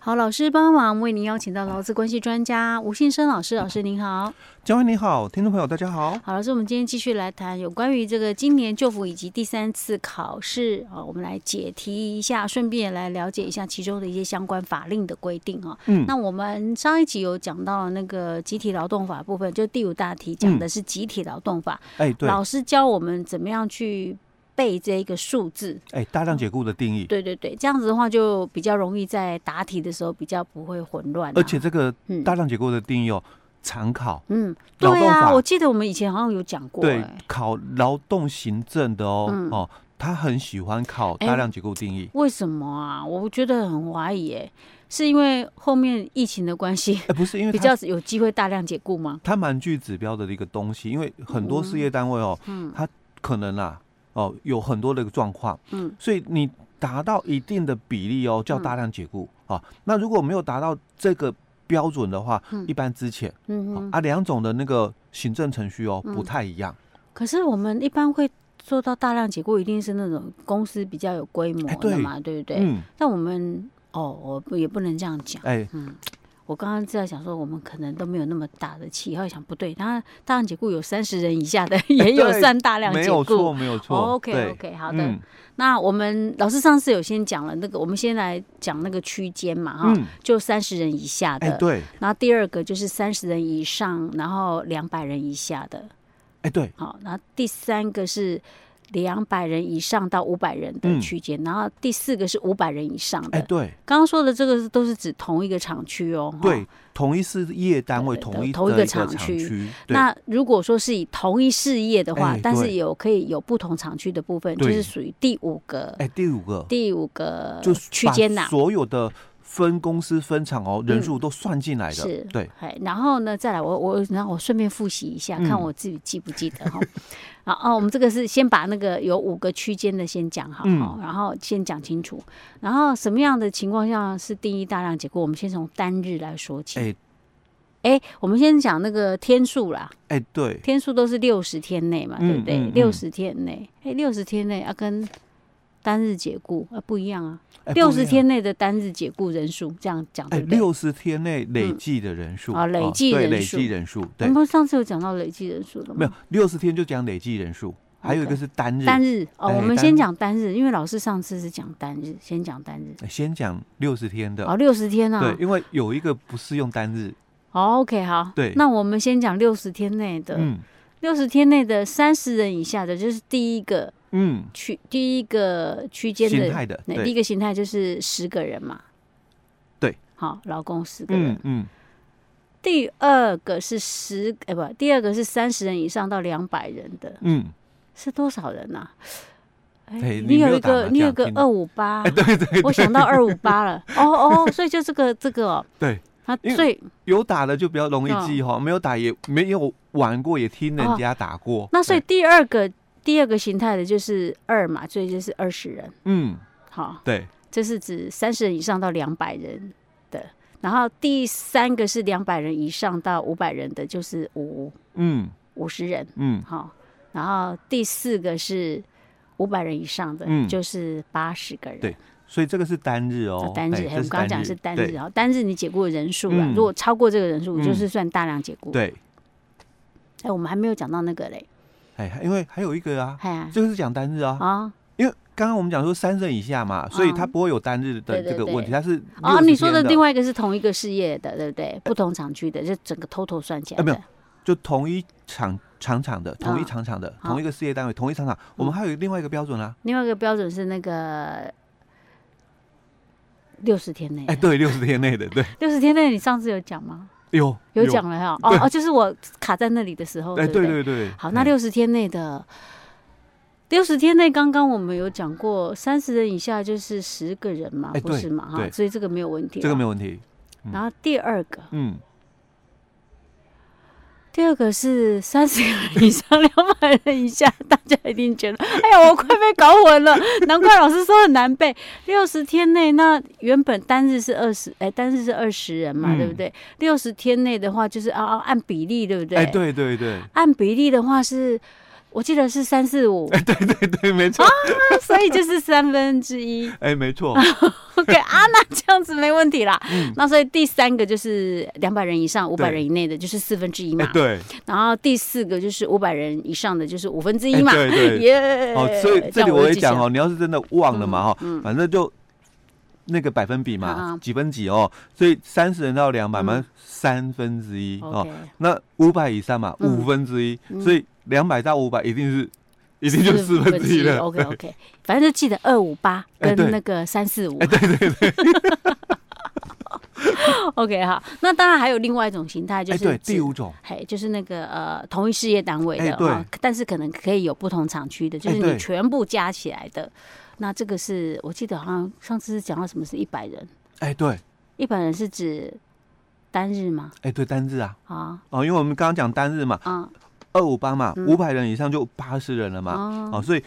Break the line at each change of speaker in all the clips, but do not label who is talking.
好，老师帮忙为您邀请到劳资关系专家吴信生老师，老师您好。
嘉惠你好，听众朋友大家好。
好，老师，我们今天继续来谈有关于这个今年就服以及第三次考试啊，我们来解题一下，顺便来了解一下其中的一些相关法令的规定啊。
嗯
那我们上一集有讲到那个集体劳动法部分，就第五大题讲的是集体劳动法，
哎，对，
老师教我们怎么样去背这个数字。
哎，大量解雇的定义，
对对对，这样子的话就比较容易在答题的时候比较不会混乱啊、
而且这个
嗯
大量解雇的定义哦，常考
嗯，
劳
对
动
啊，
法
我记得我们以前好像有讲过、
对
哎，
考劳动行政的哦
嗯
哦，他很喜欢考
哎
大量解雇定义。
为什么啊？我觉得很怀疑、哎，是因为后面疫情的关系，
哎，不是，因 为
比
他
较有机会大量解雇吗？
他蛮具指标的一个东西，因为很多事业单位哦，
嗯
他可能啊哦有很多的一个状况，
嗯，
所以你达到一定的比例哦，叫
嗯
大量解雇啊。那如果没有达到这个标准的话
嗯，
一般之前。
嗯
哦
哼。
啊，两种的那个行政程序哦
嗯
不太一样。
可是我们一般会做到大量解雇，一定是那种公司比较有规模
哎
的
对
嘛，对不对？
嗯，
但我们哦，我不也不能这样讲。
哎，
嗯，我刚刚在想说，我们可能都没有那么大的气，后来想不对，他大量解雇有三十人以下的 也有
哎对
算大量
没
解
有
雇。
错，没有错。
哦，OK
对
OK，好的。
嗯
那我们老师上次有先讲了那个，我们先来讲那个区间嘛，哈，
嗯，
就三十人以下的。
哎，对，
然后第二个就是三十人以上，然后两百人以下的。
哎，对，
好，然后第三个是两百人以上到五百人的
嗯
区间，然后第四个是五百人以上的。
哎，对，
刚刚说的这个是都是指同一个厂区哦。哈
对，同一事业单位
对
同一
同一
的
个
一个
厂
厂
区
区，对，
那如果说是以同一事业的话，
哎
但是
对
有可以有不同厂区的部分，就
对
是属于第五个、
哎，第五个
第五个
就
区
把
间呐、
所有的分公司分厂哦，人数都算进来的
是，
对，
哎，然后呢，再来我我然后我顺便复习一下，看
嗯
我自己记不记得哈。好哦，我们这个是先把那个有五个区间的先讲好，
嗯
哦然后先讲清楚，然后什么样的情况下是定义大量解雇？我们先从单日来说起。
哎
哎，我们先讲那个天数啦，
哎，对，
天数都是六十天内嘛，
嗯
对不对？
嗯嗯
六十、天内，哎，六十天内啊，跟单日解雇啊不一样啊，
哎
六十，天内的单日解雇人数这样讲
不
对
一样哎，
不对？
六十天内累计的人数
啊累
哦
计
对
人
累
数嗯
计人数，
我
对，
们上次有讲到累计人数的吗？
没有六十天就讲累计人数，还有一
OK
个是单日，
单日哦，
哎
我们
单
先
日
讲单日，因为老师上次是讲单日，先讲单日。
哎先讲六十天的
哦，，六十天啊
对，。因为有一个不适用单日，
哦，OK，好。
对
那我们先讲六十天内的，
嗯
六十天内的三十人以下的，就是第一个
嗯，
区第一个区间
形
的，
态的，
那第一
对，
个形态就是十个人嘛。
对。
好，老公十个人
嗯。嗯，
第二个是十，哎不，第二个是三十人以上到两百人的，
嗯，
是多少人啊？
哎
哎，
你
有
没有
一
打麻
个，你有
将
个
听
二五八
哎，，对对
啊我
对，
想到二五八了，哦哦，所以就这个这个哦，
对，
它
因为
最
有打的就比较
嗯
容易记哈，没有打也没有玩过，也听人家打过。
哦那所以
对
第二个第二个形态的就是二嘛，所以就是二十人，
嗯，
好，
对，
这是指三十人以上到两百人的，然后第三个是两百人以上到五百人的，就是五
嗯
五十人，
嗯，
好，然后第四个是五百人以上的，
嗯
就是八十个人。
对所以这个是单日
啊
哦，
单日，还
哎这
有我刚刚讲
日
是单日，啊
对
然后单日你解雇的人数了，
嗯
如果超过这个人数，
嗯
就是算大量解雇。
对，
哎，我们还没有讲到那个嘞，
哎，因为还有一个啊，
哎呀，
这个是讲单日啊，
啊
因为刚刚我们讲说三人以下嘛，所以它不会有单日
嗯对
的
对
这个问题，
对
它是
哦，
60
你说的
天
另外一个是同一个事业的，对不对？不同厂区的，就整个 total 算起来
哎没有
的，
就同一厂厂厂的，同一厂厂的，
嗯好嗯
同一个事业单位，同一厂厂，我们还有另外一个标准啊，
另外一个标准是那个六十天内
哎，
的，
对，六十天内的，对，
六十天内你上次有讲吗？
有
有讲了哈，哦哦，就是我卡在那里的时候，
哎，
对不
对
对？
对对，
好，那
嗯
六十天内的。六十天内，刚刚我们有讲过，三十人以下就是十个人嘛，
哎
不是
对
嘛？哈，
对
所以这个没有问题。哦
这个没有问题。嗯
然后第二个，
嗯，
第二个是三十人以上、两百人以下，大家一定觉得，哎呀，我快被搞混了，难怪老师说很难背。六十天内，那原本单日是二十，哎，单日是二十人嘛，
嗯
对不对？六
哎
十天内的话，就是啊啊，按比例，对不对？
哎，。对对对，
按比例的话是我记得是三四五，
对对对，没
啊
错，
所以就是三分之一。
哎，没错，
OK 啊，那这样子没问题啦。
嗯
那所以第三个就是两百人以上、五百
对
人以内的，就是四分之一
哎
嘛。
对，
然后第四个就是五百人以上的，就是五分之一
哎
嘛。
对 对
耶！
哦，所以这
样
里我
就
也
记下
讲
来
哦，你要是真的忘了嘛哈，
嗯
反正就那个百分比
啊
嘛
啊，
几分几哦，所以三十人到两百嘛
嗯，
三分之一哦
OK，，
那五百以上嘛，
嗯
五分之一
嗯，
所以两百到五百一定是一哦定就四分之一了。
OK OK，反正就记得二五八
哎
跟
对哎
那个三四五。对对对。OK 好，那当然还有另外一种形态，就
哎，
是
对，
指
第五种，
嘿，就是那个呃同一事业单位的
哎对
哈但是可能可以有不同厂区的，就是
哎对
你全部加起来的。那这个是我记得好像上次是讲到什么是一百人，
哎，对，
一百人是指单日吗？
哎，对，单日啊，
啊
哦，因为我们刚刚讲单日嘛，
啊
二五八嘛，
嗯
五百人以上就八十人了嘛，
啊
哦，所以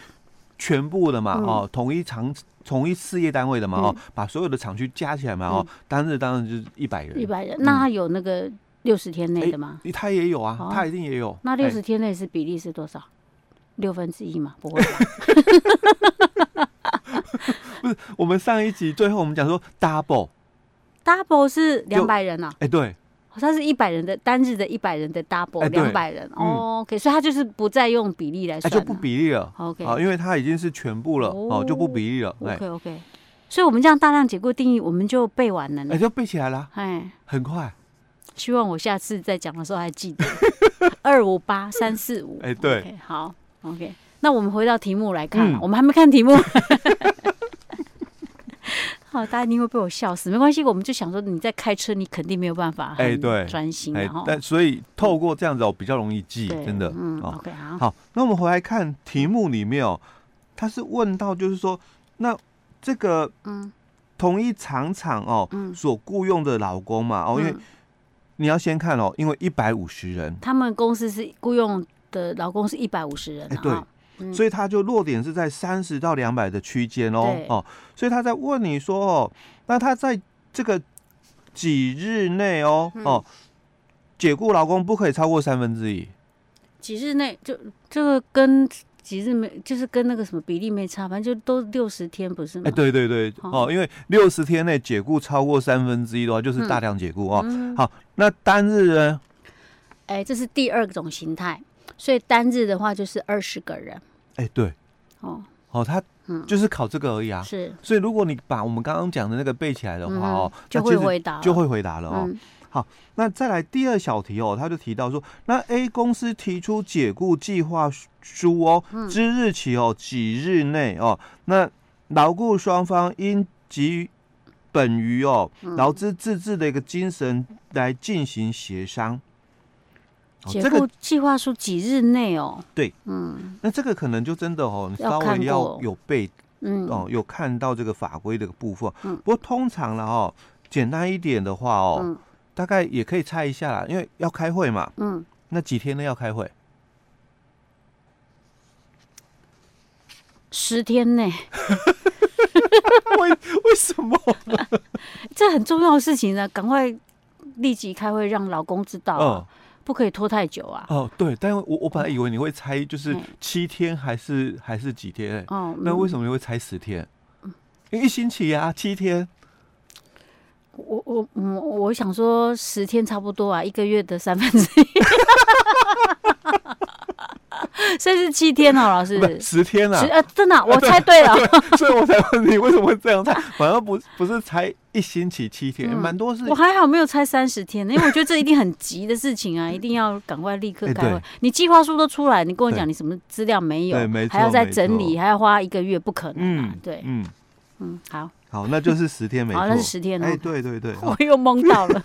全部的嘛，
嗯
哦，同一厂、同一事业单位的嘛，哦，把所有的厂区加起来嘛，哦，单日当然就是一百人，
嗯一百人，那他有那个六十天内的吗？
诶他也有啊
哦，
他一定也有。
那
哎
六十天内是比例是多少？六分之一嘛，不 会吧？
哎我们上一集最后我们讲说 double，
double 是
就
两百人啊，
哎，对，
好像是一百人的单日的一百人的 double
哎对
两百人、
嗯
哦，OK，所以他就是不再用比例来
哎
算
就
了、
不比例了，
OK，
啊，因为他已经是全部了，哦，就不比例了，哎
OK OK，所以我们这样大量解构定义，我们就背完了呢
哎，。就背起来了，
哎，
很快，
希望我下次再讲的时候还记得二五八三四五。
哎对
OK，好，OK。那我们回到题目来看啊，
嗯
我们还没看题目。 好，大家一定会被我笑死，没关系，我们就想说你在开车，你肯定没有办法
哎
很
对
专心
哎
然后，
但所以透过这样子哦，比较容易记，
哦对，
真的，
嗯
哦
，OK，好，
好，那我们回来看题目里面哦，他是问到就是说，那这个
嗯
同一厂厂哦，
嗯
所雇佣的劳工嘛，哦，因为
嗯
你要先看哦，因为一百五十人，
他们公司是雇佣的劳工是一百五十人
哎
啊，
对
哈嗯
所以他就落点是在三十到两百的区间哦
对，
哦，所以他在问你说哦，那他在这个几日内哦，
嗯
哦，解雇劳工不可以超过三分之一，
几日内就这个跟几日没，就是跟那个什么比例没差，反正就都六十天不是吗？
哎，对对对，
哦
哦，因为六十天内解雇超过三分之一的话，
嗯
就是大量解雇哦。好，那单日呢？
哎、这是第二种形态，所以单日的话就是二十个人
哎，对，
哦，
哦，他
嗯
就是考这个而已啊。
是嗯
所以如果你把我们刚刚讲的那个背起来的话哦，那
就
其
会
实
回答了，
就会回答了哦。
嗯
那再来第二小题哦，他就提到说，那 A 公司提出解雇计划书哦，
嗯
之日起哦几日内哦，那劳雇双方应及本于哦
嗯
劳资自治的一个精神来进行协商。哦，
解
这
雇
个
计划书几日内哦，
对，
嗯
那这个可能就真的哦，你
要
稍
看
微
过
要有背
嗯，
哦，有看到这个法规的部分。
嗯
不过通常了哦，简单一点的话哦，
嗯
大概也可以猜一下啦，因为要开会嘛，
嗯，
那几天内要开会。
十天内，
为为什么？
这很重要的事情呢，赶快立即开会让老公知道啊、
嗯，
不可以拖太久啊。
哦，对，但我我本来以为你会猜，就是
嗯
七天还是还是几天、欸？
哦，嗯
那为
么？
什么你会猜十天？因为一星期啊，七天。
我我嗯，我想说十天差不多啊，一个月的三分之一， 所以是七天哦，老师
不。是十天啊
十，呃，真的啊、我猜对 了。
所以我才问你为什么会这样猜，反而不不是猜一星期七天，
嗯
蛮、多是
我还好没有猜三十天呢，因为我觉得这一定很急的事 情啊，一定要赶快立刻
嗯哎
开会
对。
你计划书都出来，你跟我
对
讲你什么资料没有
对没，
还要
错
再
没
整理，
错
还要花一个月，不可能啊
嗯。
对，
嗯，
嗯，好，
好，那就是十天没错。
好，那是十天
哎、
哦。
对对 对。
我又懵到了。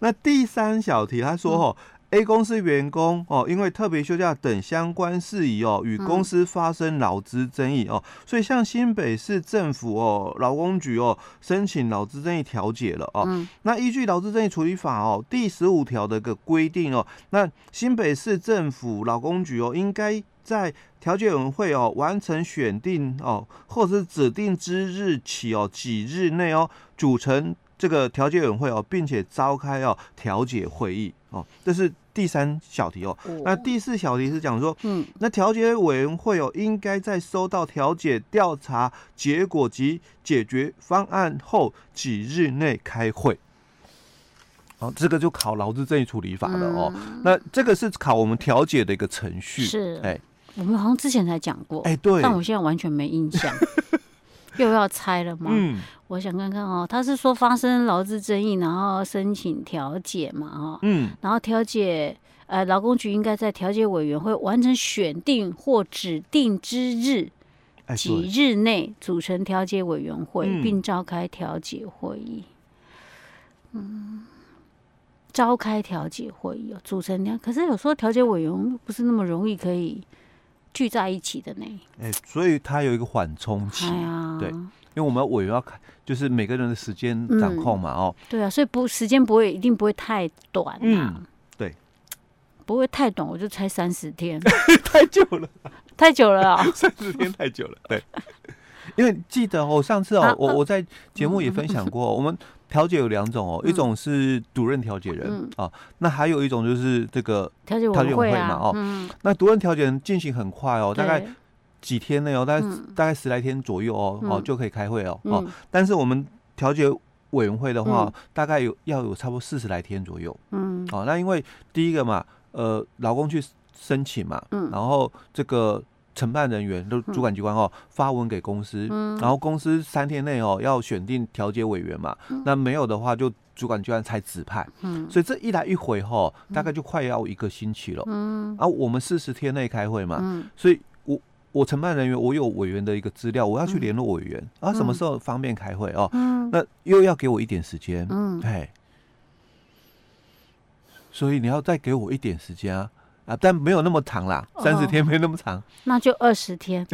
那第三小题，他
嗯
说哦。A 公司员工哦，因为特别休假等相关事宜哦，
嗯
与公司发生劳资争议哦，所以向新北市政府哦劳工局哦申请劳资争议调解了哦。
嗯
那依据劳资争议处理法哦第十五条的一个规定哦，那新北市政府劳工局哦应该在调解委员会哦完成选定哦，或者是指定之日起哦几日内哦组成这个调解委员会哦，并且召开哦调解会议哦，这是第三小题哦。 那第四小题是讲说，
嗯，
那调解委员会哦，应该在收到调解调查结果及解决方案后几日内开会。哦，这个就考劳资争议处理法了哦。那这个是考我们调解的一个程序。
嗯是
哎
我们好像之前才讲过，
哎，对，
但我现在完全没印 象。又要猜了吗？
嗯，
我想看看哦，他是说发生劳资争议，然后申请调解嘛，哦，
嗯，
然后调解，呃，劳工局应该在调解委员会完成选定或指定之日
哎，
几
对，
日内组成调解委员会，
嗯
并召开调解会议。嗯，召开调解会议哦，组成调，可是有时候调解委员不是那么容易可以聚在一起的呢。
哎，所以它有一个缓冲期，
哎呀，
对因为我们要委员要看，就是每个人的时间
嗯
掌控嘛，哦，
对啊，所以不时间不会一定不会太短啊。
嗯对，
不会太短，我就猜三十天，
太久了，
太久了 啊、
三十天太久了，对。 因为记得哦，上次哦
啊，
我我在节目也
嗯
分享过哦、我们调解有两种哦，一种是主任调解人
嗯
啊、那还有一种就是这个，
调解委
调解
员
委
会
员会
啊，
嘛哦
嗯，
那主任调解人进行很快哦，大概
对
几天内哦，大概、
嗯
大概十来天左右哦，哦
嗯
就可以开会哦，哦，
嗯
但是我们调解委员会的话，
嗯
大概有要有差不多四十来天左右。
嗯
哦，那因为第一个嘛，呃，劳工去申请嘛，
嗯
然后这个承办人员都主管机关哦、发文给公司，
嗯
然后公司三天内哦要选定调解委员嘛，那没有的话就主管机关才指派，
嗯
所以这一来一回哈、大概就快要一个星期了。
嗯
啊，我们四十天内开会嘛，
嗯
所以我我承办人员，我有委员的一个资料，我要去联络委员、啊，什么时候方便开会哦？
嗯
那又要给我一点时间，
嗯，
哎、所以你要再给我一点时间啊啊，但没有那么长啦，
哦
三十天没那么 长，
那就二十 天。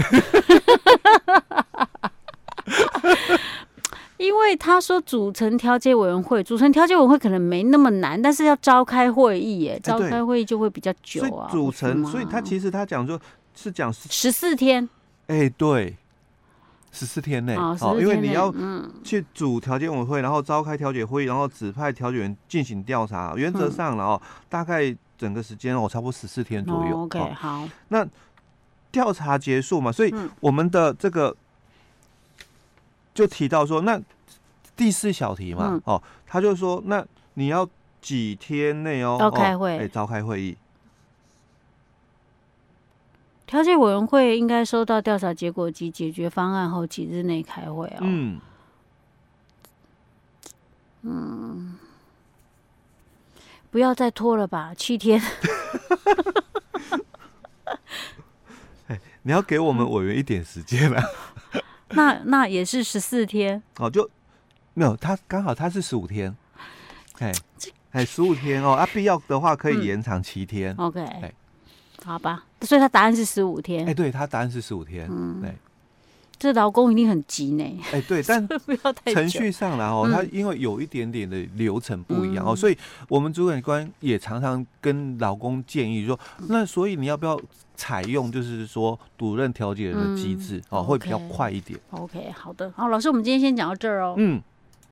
因为他说组成调解委员会，组成调解委员会可能没那么难，但是要召开会议耶，召
哎对
开会议就会比较久
所以
啊。
组
不是
成，
吗
所以他其实他讲说是讲是
十四天
哎、对。十四天内哦
啊，14
哎因为
天
你
内
要
嗯
去组调解委员会，然后召开调解会，然后指派调解员进行调查。原则
嗯
上了哦，大概整个时间哦，差不多十四天左右。
哦 OK
哦
好，
调查结束嘛，所以
嗯
我们的这个就提到说，那第四小题嘛，
嗯
哦，他就说，那你要几天内哦，
要
哦
开会
哎、召开会议，
调解委员会应该收到调查结果及解决方案后几日内开会哦。
嗯，
不要再拖了吧，七天。
你要给我们委员一点时间啊，
那那也是十四天，
哦，就没有他刚好他是十五天，哎哎十五天哦，啊，必要的话可以
嗯
延长七天，
OK，、好吧，所以他答案是十五天。
哎、对他答案是十五天，
嗯这劳工一定很急呢，
哎、对，但
不要太久
程序上然后
嗯
它因为有一点点的流程不一样哦，
嗯
所以我们主管官也常常跟劳工建议说，
嗯
那所以你要不要采用就是说主任调解人的机制
嗯
哦，会比较
OK
快一点。
OK，好的，好，老师，我们今天先讲到这儿哦。
嗯，